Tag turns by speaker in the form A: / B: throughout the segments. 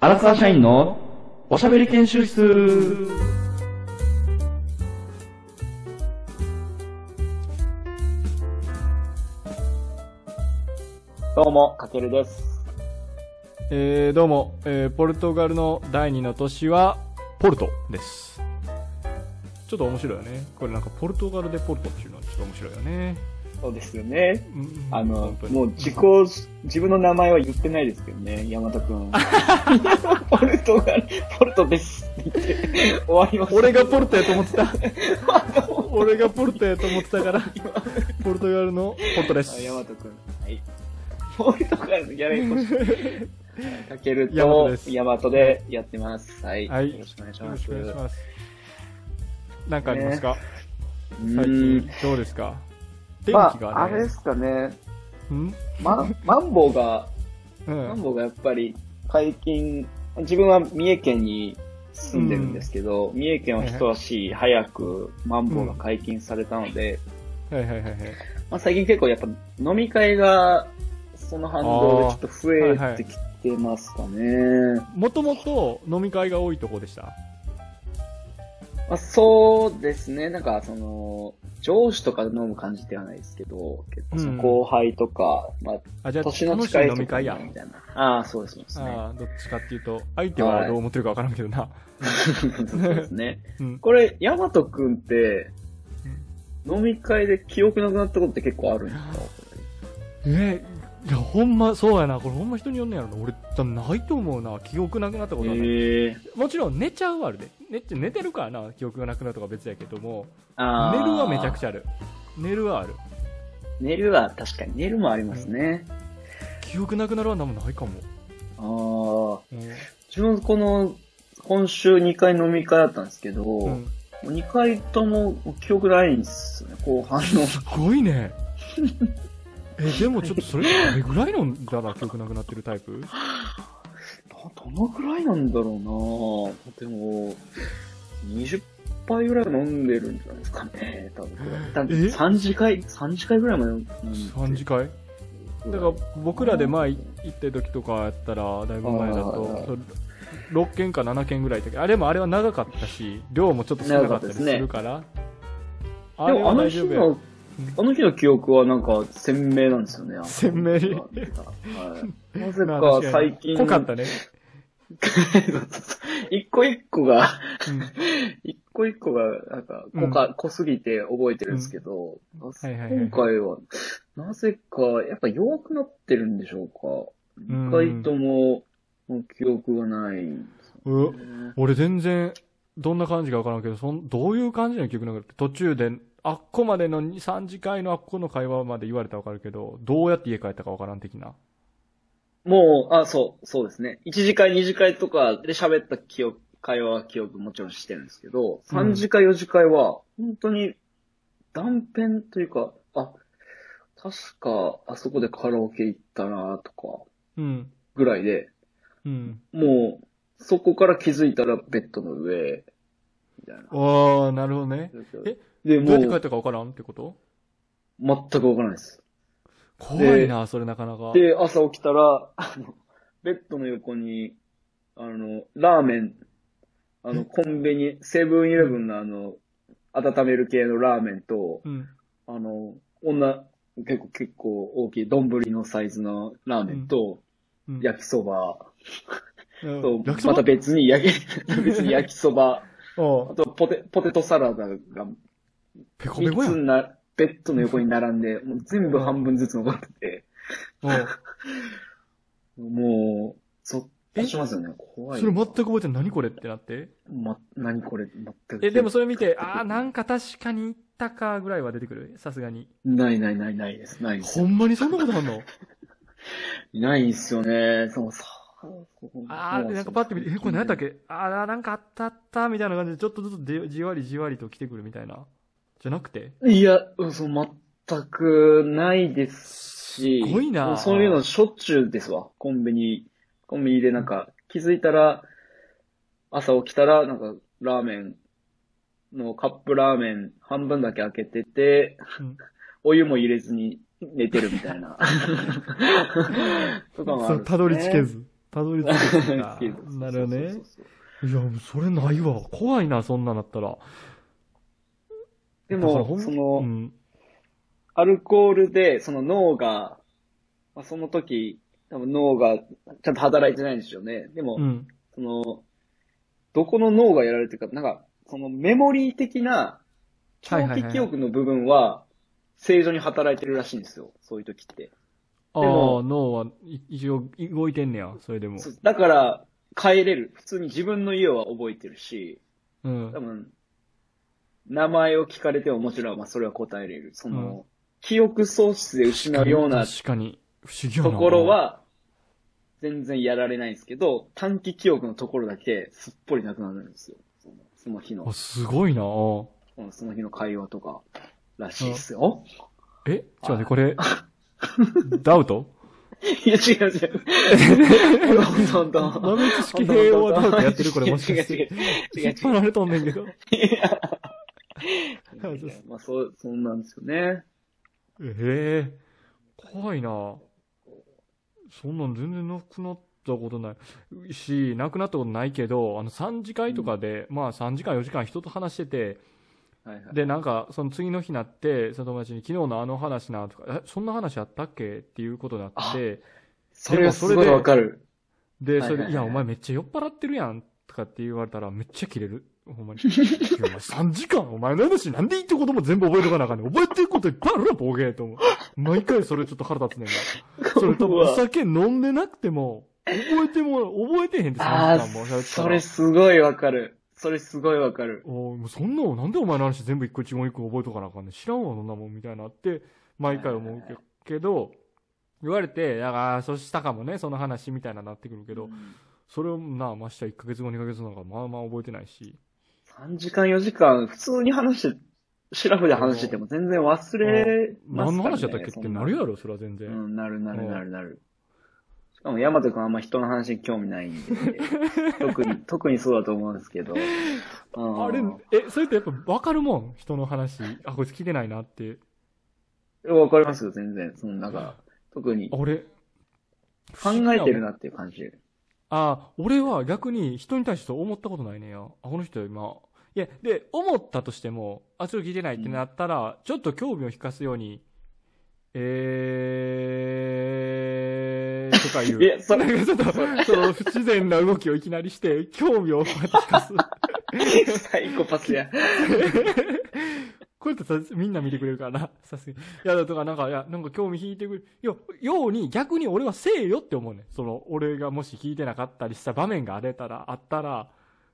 A: 荒沢社員のおしゃべり研修室。
B: どうも、かけるです。
C: えーどうも、えーポルトガルの第二の都市はポルトですちょっと面白いよねこれなんかポルトガルでポルトっていうのはちょっと面白いよね
B: そうですよね。
C: うん
B: あの
C: 本当、に
B: もう自己、自分の名前は言ってないですけどね、山田く ん。ポルトガル、ポルトですって言って、終わりました。
C: 俺がポルトやと思って た俺がポルトやと思ってたからポルトガルのポルトです
B: あ山田くん。はい。ポルトガルのギャラリー講師。 かける
C: ヤマト
B: と
C: で、す
B: ヤマトでやってます。はい。
C: はい
B: よろしくお願いし
C: よ
B: ま
C: ろ
B: す
C: しくお。願いしますなんかありますか、
B: う
C: 最
B: ーん
C: 近どうですか天気
B: ま
C: がね、
B: あ、あれですかね。
C: うん、
B: ま、マンボウが、
C: う
B: マン
C: ん、
B: ボウがやっぱり最近、自分は三重県に住んでるんですけど、三重県は一足早くマンボウが解禁されたので、
C: はいはいはいはい
B: まあ、最近結構やっぱ飲み会がその反動でちょっと増えてきてますかね。
C: もともと飲み会が多いとこでした
B: まあ、そうですね、なんかその、上司とかで飲む感じではないですけど、結構その
C: うん
B: 後輩とか、まあ、
C: あじゃあ楽しい
B: 年の近い
C: 飲み
B: 人と
C: 会や
B: 飲むみたいな。ああ、そうです、そうですね。
C: ああ、どっちかっていうと、相手はどう思ってるかわからんけどな。
B: そうですね。
C: うん。
B: これ、ヤマトくんって、飲み会で記憶なくなったことって結構あるんですか
C: え、いや、ほんま、そうやな。これほんま人によんねやろな。俺、だないと思うな。記憶なくなったことはない。
B: え
C: もちろん寝ちゃうはあるで。寝て寝てるからな。記憶がなくなるとか別やけども。
B: あ
C: 寝
B: ー
C: るはめちゃくちゃある。寝るはある。
B: 寝るは、確かに寝るもありますね。
C: 記憶なくなるはなんもないかも。
B: ああ。
C: うん。
B: 自分、この、今週2回飲み会だったんですけど、
C: うん
B: 2回とも記憶ないんですよね、後半の。
C: すごいね。え、でもちょっとそれどれぐらい飲んだら記憶なくなってるタイプ
B: どどのくらいなんだろうなでも、20杯ぐらいは飲んでるんじゃないですかね、多分。多分
C: え
B: 3次会、3次会ぐらいまで飲んで
C: ?3 次会だから僕らで前行った時とかやったらだいぶ前だ
B: はいはいはい
C: と6件か7件ぐらいだけどあれもあれは長かったし量もちょっと少なかったりするからあ
B: で
C: れ
B: も
C: は
B: あの
C: 大
B: 日
C: 丈夫や
B: の、あの日の記憶はなんか鮮明なんですよね。
C: 鮮明に
B: はい。なぜ
C: ま あ
B: か
C: 確に
B: 最近。
C: 濃かったね、
B: 一個一個が、
C: うん、
B: 一個一個が、なんか、濃か、濃すぎて覚えてるんですけど、
C: いはいはい
B: 今回は、なぜか、やっぱ弱くなってるんでしょうか。
C: うん
B: 二回とも、もう記憶がないんです
C: う
B: よね。
C: 俺全然どんな感じか分からんけどそんどういう感じの記憶なのか途中であっこまでの3次会のあっこの会話まで言われたら分かるけどどうやって家帰ったか分からん的な
B: もう、あ、そう、そうですね。1次会、2次会とかで喋った記憶、会話は記憶もちろんしてるんですけど、
C: うん
B: 3次会、4次会は、本当に断片というか、あ、確かあそこでカラオケ行ったなとか、
C: うん
B: ぐらいで、
C: うん
B: もう、そこから気づいたらベッドの上、みたいな
C: ああなるほどね
B: 状況
C: え
B: で。で、
C: どうやって帰
B: も
C: ったか分からんってこと
B: う、全くわからないです。
C: 怖いな、それなかなか。
B: で、朝起きたら、あの、ベッドの横に、あの、ラーメン、あの、コンビニ、セブンイレブンのあの、温める系のラーメンと、
C: うん。
B: あの、女、結構、結構大きい丼のサイズのラーメンと、
C: うん
B: 焼きそば、
C: うん
B: と、
C: 焼きそば
B: また別に焼き、 別に焼きそば、
C: あ
B: あ
C: あ
B: とポテ、ポテトサラダが
C: ペコペ
B: 3
C: コや
B: つ
C: ん。
B: な、ベッドの横に並んで、もう全部半分ずつ残ってて、
C: う
B: もう、そっとしますよね。怖
C: ん。
B: い。
C: それ全く覚えてない。何これってなって。
B: ま、何これ、全く。
C: え、でもそれ見て、ああ、なんか確かに行ったかぐらいは出てくる。さすがに。
B: ないないないないです。ないです
C: ほ。んまにそんなことあんの
B: ないですよね。そのさ、そう
C: ああ、でなんかパッて見て、え、これ何やったっけああ、なんかあったあった、みたいな感じで、ちょっとずつでじわりじわりと来てくるみたいな。じゃなくて
B: いや、うんその全くないですし。
C: すごいな
B: もうそういうのしょっちゅうですわ。コンビニ、コンビニでなんか気づいたら、朝起きたら、なんかラーメンのカップラーメン半分だけ開けてて、
C: うん
B: お湯も入 れずに寝てるみたいな。とかもあるんですね
C: そうたどり着けず。たどり着いてき
B: 好きです
C: た。なるほどね
B: そうそう。そうそう
C: いや、もうそれないわ。怖いな、そんななったら。
B: で
C: だからほ
B: も、
C: ん
B: その、
C: うん。
B: アルコールで、その脳が、まあ、その時、多分脳がちゃんと働いてないんでしょうね。でも、
C: うん。
B: その、どこの脳がやられてるか、なんか、そのメモリー的な、
C: はい
B: 長
C: はいはい
B: 期記憶の部分は、正常に働いてるらしいんですよ。そういう時って。
C: ああ、
B: も
C: 脳はい一応動いてんねや、それでも。
B: そうだから、帰れる。普通に自分の家は覚えてるし、
C: うん
B: 多。分、名前を聞かれてももちろん、まあ、それは答えれる。その、
C: うん
B: 記憶喪失で失うような
C: 確かに。不思議やな
B: ところ、は、全然やられないんですけど、短期記憶のところだけ、すっぽりなくなるんですよ。そのその日の
C: あ、、すごいな
B: うんその日の会話とか、らしいですよ。
C: えちょっと待って、これ、ダウト
B: いや、違う違 う。ほんとほんと ほんと。
C: 豆知識平和ダウトやってるこれもしかし
B: 違
C: て
B: う。違う違
C: 引っ
B: う違
C: 張
B: う
C: られとんねんけど。
B: 違う違う。まあ、そう、そんなんですよね。
C: ええ怖いなそんなん全然なくなったことないし、なくなったことないけど、あの3次会とかで、まあ3時間4時間人と話してて、
B: はいはい。
C: で、なんか、その次の日になって、その友達に昨日のあの話なとか、え、そんな話あったっけっていうことになって、
B: それはすごいわかる。
C: で、それ
B: はいはいは
C: で、
B: い
C: いや、お前めっちゃ酔っ払ってるやんとかって言われたら、めっちゃキレる。ほん まに。いやお前3時間、お前の話なんでいいってことも全部覚えとかなあかんねん。覚えてることいっぱいあるな、ボケと思う。毎回それちょっと腹立つねん な。それ多分お酒飲んでなくても、覚えても、覚えてへんって3
B: ああ
C: 時間も喋ってたら
B: ー、それすごいわかる。それすごいわかる。
C: おいもうそんなのなんでお前の話全部一個一言一個覚えとかなあかんねん知らんわそんなもんみたいなって毎回思うけけど言われてだからあーそうしたかもねその話みたいななってくるけど、
B: うん
C: それをなあまして1ヶ月後2ヶ月後なんかまあまあ覚えてないし
B: 3時間4時間、普通に話して、シラフで話してても全然忘れます
C: 何の
B: から、ね。
C: 話だったっけって
B: そん
C: なるやろそれは全
B: う
C: 然、
B: ん、なるなるなるなる。しかも、ヤマト君あんま人の話に興味ないんで、 特に、特にそうだと思うんですけど。うん
C: あれえそれってやっぱ分かるもん人の話あこいつ聞いてないなって
B: わかりますよ、全然。その、なんか、特に
C: あ、俺
B: 考えてるなっていう感じ。
C: あ、俺は逆に人に対してそう思ったことないねや。あ、この人今。いや、で、思ったとしても、あ、ちょっと聞いてないってなったら、ちょっと興味を引かすように、えー、とか言う。
B: いやそれ
C: なんかちょっと、その不自然な動きをいきなりして、興味をこうやって引かす。
B: サイコパスや。
C: これってさみんな見てくれるからな、さすがに。いや、だとか、なんか、いや、なんか興味引いてくる。いや、ように、逆に俺はせえよって思うねん。その、俺がもし聞いてなかったりした場面があれたら、あったら、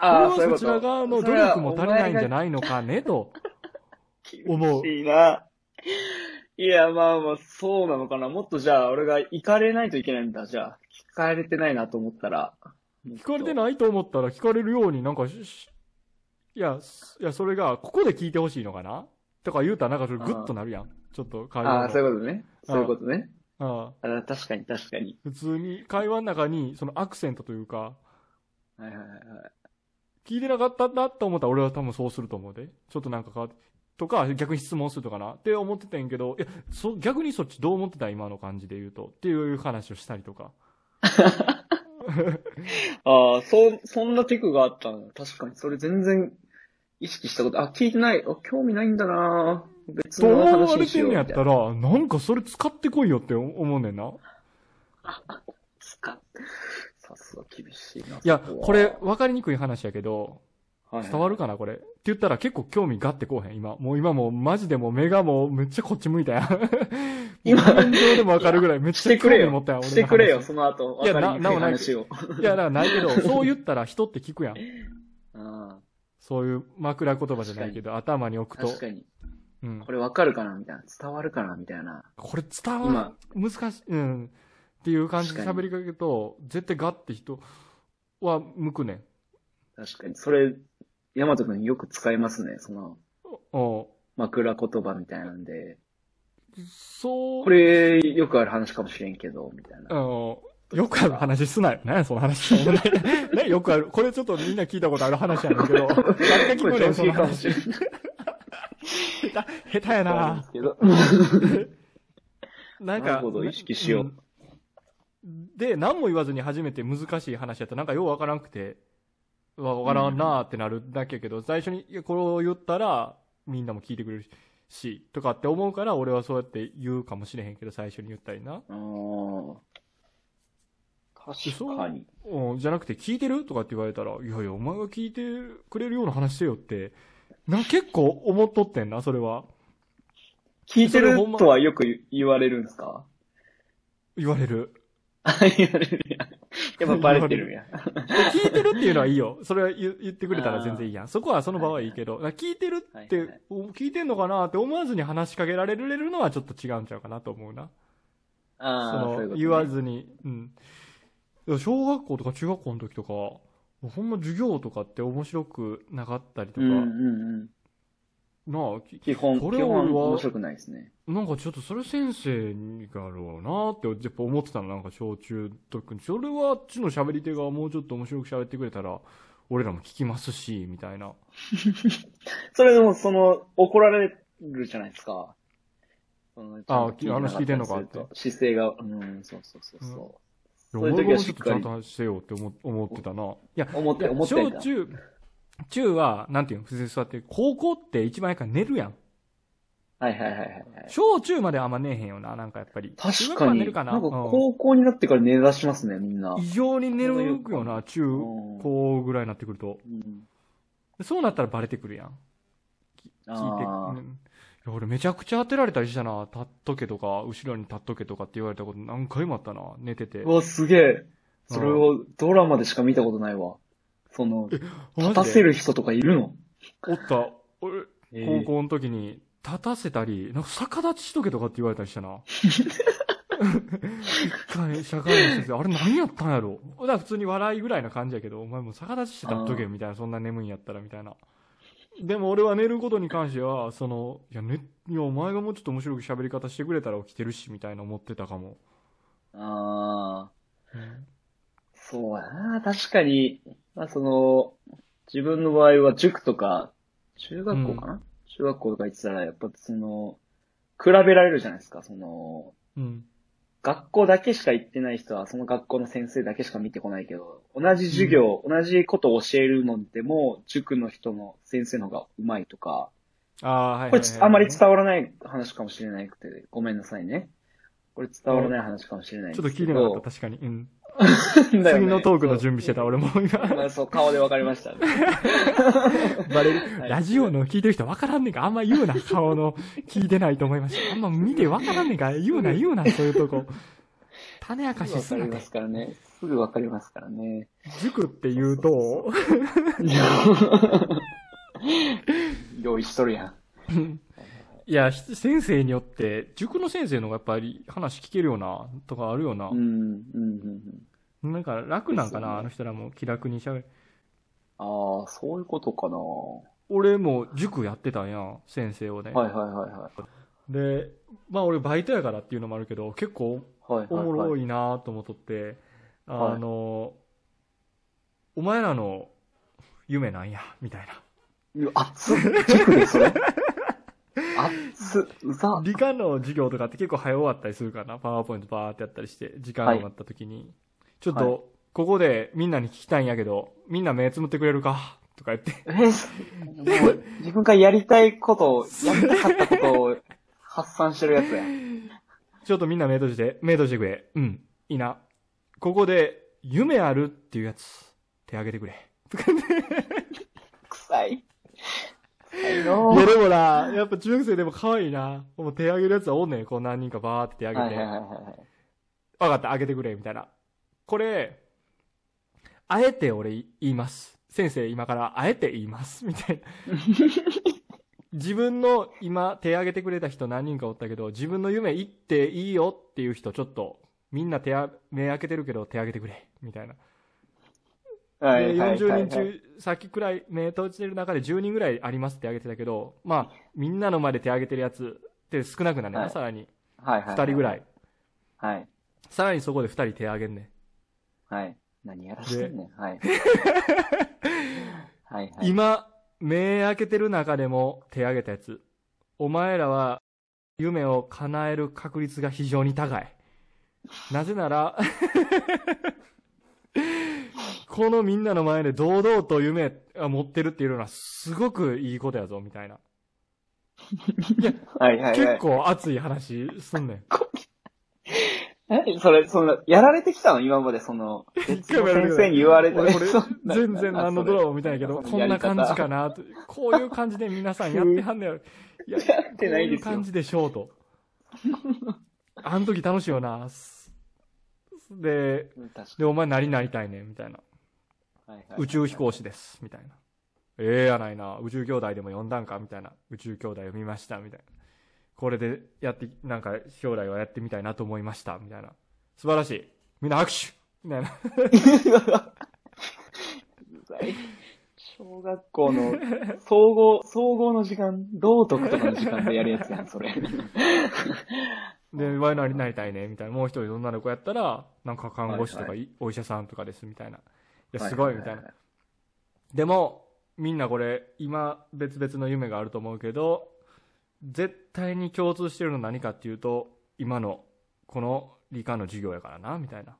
B: ああ、
C: こ
B: そう
C: れ
B: いう
C: は
B: こ
C: そ
B: と。
C: ちら側の努力も足りないんじゃ
B: い
C: ないのかねと。思う
B: いいな。いや、まあまあ、そうなのかな。もっとじゃあ、俺が行かれないといけないんだ。じゃあ、聞かれてないなと思ったら。
C: 聞かれて
B: い
C: ないと思ったら聞かれるようになんかし、しいや、すいや、それが、ここで聞いてほしいのかなとか言うたらなんかそれグッとなるやん。ちょっと会話の
B: ああ、そういうことね。そういうことね。
C: ああ
B: あー確かに、確かに。
C: 普通に会話の中にそのアクセントというか、
B: はいはいはいはい。
C: 聞いてなかったんだと思ったら俺は多分そうすると思うで。ちょっとなんか変わって、とか逆に質問するとかなって思ってたんやけど、いや、そ逆にそっちどう思ってた今の感じで言うと。っていう話をしたりとか。
B: ああ、そ、そんなテクがあったの。確かに、それ全然意識したこと、あ、聞いてない。あ、興味ないんだな別
C: どう
B: の
C: 思わ
B: 話
C: れ
B: にしてよ
C: ん
B: うみ
C: の
B: た
C: や
B: い
C: った
B: な。
C: ら、なんかそれ使ってこいよって思うねんな。
B: 使っさすが厳しいな。
C: いや
B: そ、は
C: これ、分かりにくい話やけど、
B: はいはい
C: 伝わるかな、これ。って言ったら結構興味がってこうへん、今。もう今もうマジでもう目がもうめっちゃこっち向いたやん。
B: 今
C: 画面上でも分かるぐらいめっ
B: し
C: ち
B: て
C: ゃ興
B: くれ
C: 味持
B: よ
C: ったやん、。俺の話
B: してくれよ、その後。
C: いや
B: 分かりに
C: なな
B: く
C: いおない
B: 話を。
C: いや、だからないけど、そう言ったら人って聞くやん。
B: あ
C: そういう枕言葉じゃないけど、頭に置
B: あ
C: くと
B: 確。かに。
C: うん
B: こ。れ分かるかなみたいな。伝わるかなみたいな。
C: これ伝わる、難しい、うん。っていう感じで喋りかけると、絶対ガって人は向くねん。
B: 確かに。それ、ヤマト君よく使いますね。その、
C: うん。
B: 枕言葉みたいなんで。
C: そう。
B: これ、よくある話かもしれんけど、みたい
C: あ
B: な。
C: の、よくある話すなよ。何やその話。 ね、よくある。これちょっとみんな聞いたことある話やねん けど。誰が聞くねん、その話。
B: れない。
C: 下手、下手や
B: なんで
C: な
B: す。けど。
C: なんか。
B: なるほど、意識しよう。
C: うん。で、何も言わずに初めて難しい話やったら、なんかようわからんくて、うわ、わからんなーってなるだけやけど、最初にいやこれを言ったら、みんなも聞いてくれるし、とかって思うから、俺はそうやって言うかもしれへんけど、最初に言ったりな。
B: あー確かに。
C: うん、じゃなくて、聞いてるとかって言われたら、いやいや、お前が聞いてくれるような話せよって、な、結構思っとってんな、それは。
B: 聞いて
C: そ
B: る
C: れほんま
B: とはよく言言われるんで すか
C: 言われる。
B: 言われるやん。やっぱバレてるやん。
C: で聞いてるっていうのはいいよ。それは言言ってくれたら全然いいやん。そこはその場はいいけど、だから聞いてるって、
B: はいはい
C: お聞いてんのかなって思わずに話しかけられるのはちょっと違うんちゃうかなと思うな。そ
B: ああ、
C: の
B: そういうこと、ね。
C: 言わずに。うん。いや小学校とか中学校の時とか、もうほんま授業とかって面白くなかったりと
B: う
C: か、
B: んうんうん。
C: なあ、き
B: 基本、
C: これ
B: 基
C: は
B: 本面白くないですね。
C: なんかちょっとそれ先生にやろうなってやっぱ思ってたの、なんか小中特に。それはあっちの喋り手がもうちょっと面白く喋ってくれたら、俺らも聞きますし、みたいな。
B: それでも、その、怒られるじゃないですか。その
C: あ
B: ちゃと
C: あの聞いてんのかって
B: すると姿勢が、うん、そうそうそうそ
C: いや
B: そういう
C: 俺
B: 時は
C: もち
B: し
C: ょ
B: っ
C: っとち
B: か
C: ゃ
B: り
C: んと話せよって思思ってたな。いや、
B: う。思って、思って
C: 小中、中は、なんていうの、普通に座ってる、高校って一番やから寝るやん。
B: はいはいはいはいはい。
C: 小中まではあんま寝えへんよな、なんかやっぱり。中
B: 確
C: 学
B: か
C: は
B: に、
C: 寝るかな。
B: んか
C: うん
B: 高校になってから寝出しますね、みんな。
C: 異常に寝るよな、中
B: うん
C: 高ぐらいになってくると。
B: うん
C: でそうなったらバレてくるやん。聞いて、
B: あ
C: うんいや俺めちゃくちゃ当てられたりしたな。立っとけとか、後ろに立っとけとかって言われたこと何回もあったな。寝てて。
B: ーうわ、すげえ。それをドラマでしか見たことないわ。その、立たせ
C: る
B: る人とかいるの
C: おった。俺、
B: え
C: 高
B: ー
C: 校の時に立たせたり、なんか逆立ちしとけとかって言われたりしたな。一回、社会の先 生、あれ何やったんやろだから普通に笑いぐらいな感じやけど、お前もう逆立ちして立っとけよみたいな、そんな眠いんやったらみたいな。でも俺は寝ることに関しては、その、いや、ね、いや、お前がもうちょっと面白く喋り方してくれたら起きてるし、みたいな思ってたかも。
B: ああ、
C: うん
B: そうやな。確かに、まあその、自分の場合は塾とか、中学校かな、中学校とか行ってたら、やっぱその、比べられるじゃないですか。その、
C: うん。
B: 学校だけしか行ってない人は、その学校の先生だけしか見てこないけど、同じ授業、同じことを教えるのでも、塾の人の先生の方が上手いとか、
C: ああ、はいはいはい、
B: これちあまり伝わらない話かもしれなくて、ごめんなさいね。これ伝わらない話かもしれないん
C: ちょ
B: で
C: っと
B: す
C: 聞
B: け
C: いてなか
B: ど
C: った、確かに。うん。
B: だよね
C: 次のトークの準備してた、俺も今。
B: まあ、そう、顔で分かりました、ね。
C: バレる。
B: はい
C: ラジオの聞いてる人分からんねんか。あんま言うな、顔の。聞いてないと思いました。あんま見て分からんねんか。言うな、言うな、そういうとこ。種明かし
B: す
C: す
B: ぐ
C: な
B: 分
C: て
B: かりま。すからね。すぐ分かりますから ね。
C: 塾って言うと、
B: 用意しとるやん。
C: いや、ひ先生によって、塾の先生の方がやっぱり話聞けるよな、とかあるよな
B: うん、う。ん、うん。
C: なんか楽なんか
B: ですよね
C: な、あの人らも気楽に喋る。
B: ああ、そういうことかな。
C: 俺も塾やってたんやん、先生をね。
B: はいはいはいはい。
C: で、まあ俺バイトやからっていうのもあるけど、結構
B: はいはい、はい。
C: おもろ
B: い。
C: いなと思っとって、
B: はい
C: あの、お前らの夢なんや、みたいな。
B: 熱っ。塾 でそれ。熱っ。うざ。
C: 理科の授業とかって結構早終わったりするからな、パワーポイントバーってやったりして、時間が終わった時に、ちょっ
B: は
C: と、ここでみんなに聞きたいんやけど、みんな目つむってくれるかとか言って、
B: えーすもう自分がやりたいことを、やりたかったことを発散してるやつや。
C: ちょっとみんな目閉じて、目閉じてくれ。うん、いいな。ここで、夢あるっていうやつ、手挙げてくれ。
B: 臭い。臭い
C: い
B: の
C: やで
B: ー
C: もな、 やっぱ中学生でも可愛いな。もう手挙げるやつはおんねん。こう何人かバーって手
B: は
C: 挙
B: い
C: げ
B: はい
C: て。
B: はい
C: わ、
B: はい。
C: かった、挙げてくれ、みたいな。これ、あえて俺言います。先生今からあえて言います。みたいな。 自分の今手挙げてくれた人何人かおったけど、自分の夢言っていいよっていう人ちょっと、みんな手あ、目開けてるけど手挙げてくれ。みたいな。
B: は
C: で
B: いはいはいは
C: 40
B: い
C: 人中、さっきくらい目閉じてる中で10人ぐらいありますって挙げてたけど、まあ、みんなの前で手挙げてるやつって少なくなるねんな、
B: はい
C: さらに。
B: はいはい。
C: 2人ぐ
B: い。
C: らい。
B: はい。
C: さらにそこで2人手挙げんね
B: はい。何やらしてんねん。 はい。はい
C: ん。
B: はい。
C: 今、目開けてる中でも手挙げたやつ。お前らは、夢を叶える確率が非常に高い。なぜなら、 このみんなの前で堂々と夢あ持ってるっていうのはすごくいいことやぞ、みたいな。
B: はいはいは
C: 結
B: い。
C: 構熱い話すんねん。
B: え、それ、その、やられてきたの今まで、その、別の先生に言われて
C: 俺俺
B: そんな
C: 全然何のドラマみたいやけど、
B: それ
C: こんな感じ
B: や
C: かなと。こういう感じで皆さんやってはんねやろ。いや
B: り方やってないです
C: こういう感
B: よ。
C: じでしょうと。あの時楽しいよな。すで、
B: うん確か
C: で、お前何なりたいねんみたいな。
B: にはいはい
C: 宇宙飛行士です。みたいな。ええやないな。宇宙兄弟でも読んだんかみたいな。宇宙兄弟読みました。みたいな。これでやって、なんか将来はやってみたいなと思いました。みたいな。素晴らしい。みんな握手みたいな。
B: うざい 小学校の、総合、総合の時間、道徳とかの時間でやるやつやん、それ。
C: で、ワイナリになりたいね、みたいな。もう一人女の子やったら、なんか看護師とかい、
B: は
C: お医者さんとかです、みたいな。いや、
B: は
C: すごい、み
B: はは
C: たいな。。でも、みんなこれ、今、別々の夢があると思うけど、絶対に共通してるの何かっていうと、今の、この理科の授業やからな、みたいな。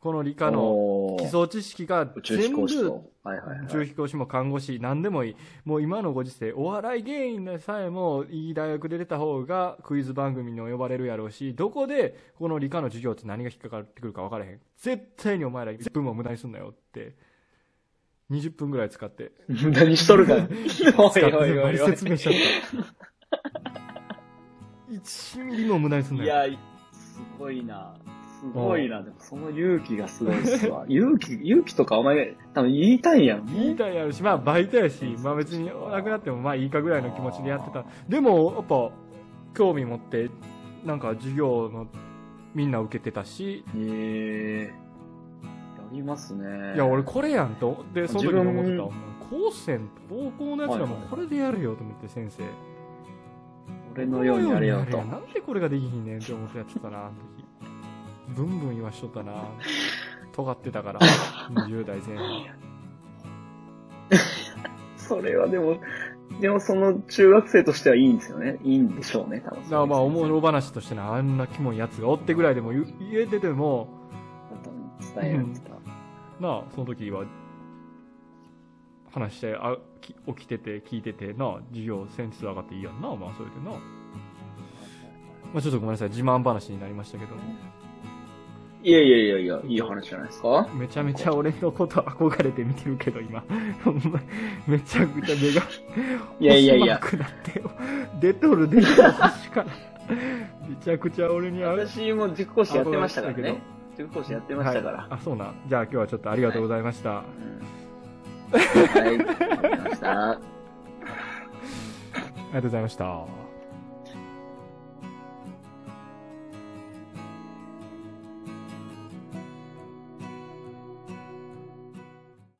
C: この理科の
B: おー
C: 基礎知識が
B: 宇宙飛
C: 全部、
B: 行士
C: 宇
B: と。はいはいはい。
C: 宙飛行士も看護師、何でもいい。もう今のご時世、お笑い芸人でさえもいい大学で出た方がクイズ番組にも呼ばれるやろうし、どこでこの理科の授業って何が引っかかってくるか分からへん。絶対にお前ら1分も無駄にすんなよって、20分ぐらい使って
B: 何しと るか。おいおいおいおい。
C: 説明しちゃった。1ミリも無駄にすんないよ。
B: や、すごいな。すごいな。でもその勇気がすごいっす わ。勇気、勇気とかお前、多分言いたいやん。
C: いいたいやるし、まあバイトやし、まあ別になくなってもまあいいかぐらいの気持ちでやってた。でも、やっぱ、興味持って、なんか授業のみんな受けてたし、
B: へえやりますね。
C: いや、俺これやんと。で、その時に思ってた。
B: 自分
C: お前高専、高校のやつらもこれでやるよと思って先生。
B: 俺のようにやれよと。
C: なんでこれができひんねんって思ってやってたな、あの時。ブンブン言わしとったな。尖ってた から、20代前半。
B: それはでも、でもその中学生としてはいいんですよね。いいんでしょうね、多分。
C: だからまあ、おもろ話としてな、あんなキモいやつがおってぐらいでも言う言えてても、
B: 伝えられてた。
C: なあ、その時は、話して、あ、き起きてて、聞いてて、なあ、授業、センス上がっていいやんな、まあ、それでな。まあ、ちょっとごめんなさい、自慢話になりましたけど、
B: いやいやいやいや、いい話じゃないですか。
C: めちゃめちゃ俺のこと憧れて見てるけど、今。 ほんまめちゃくちゃ目が。
B: いやいやいや。
C: 欲しくなってよデトール、デトール欲しから。めちゃくちゃ俺にあれ。
B: 私も塾講師やってましたからね。塾講師やってましたから。
C: はいあ、そうなん。じゃあ今日はちょっとありがとうございました。
B: うんはい、わかりました。
C: ありがとうございました。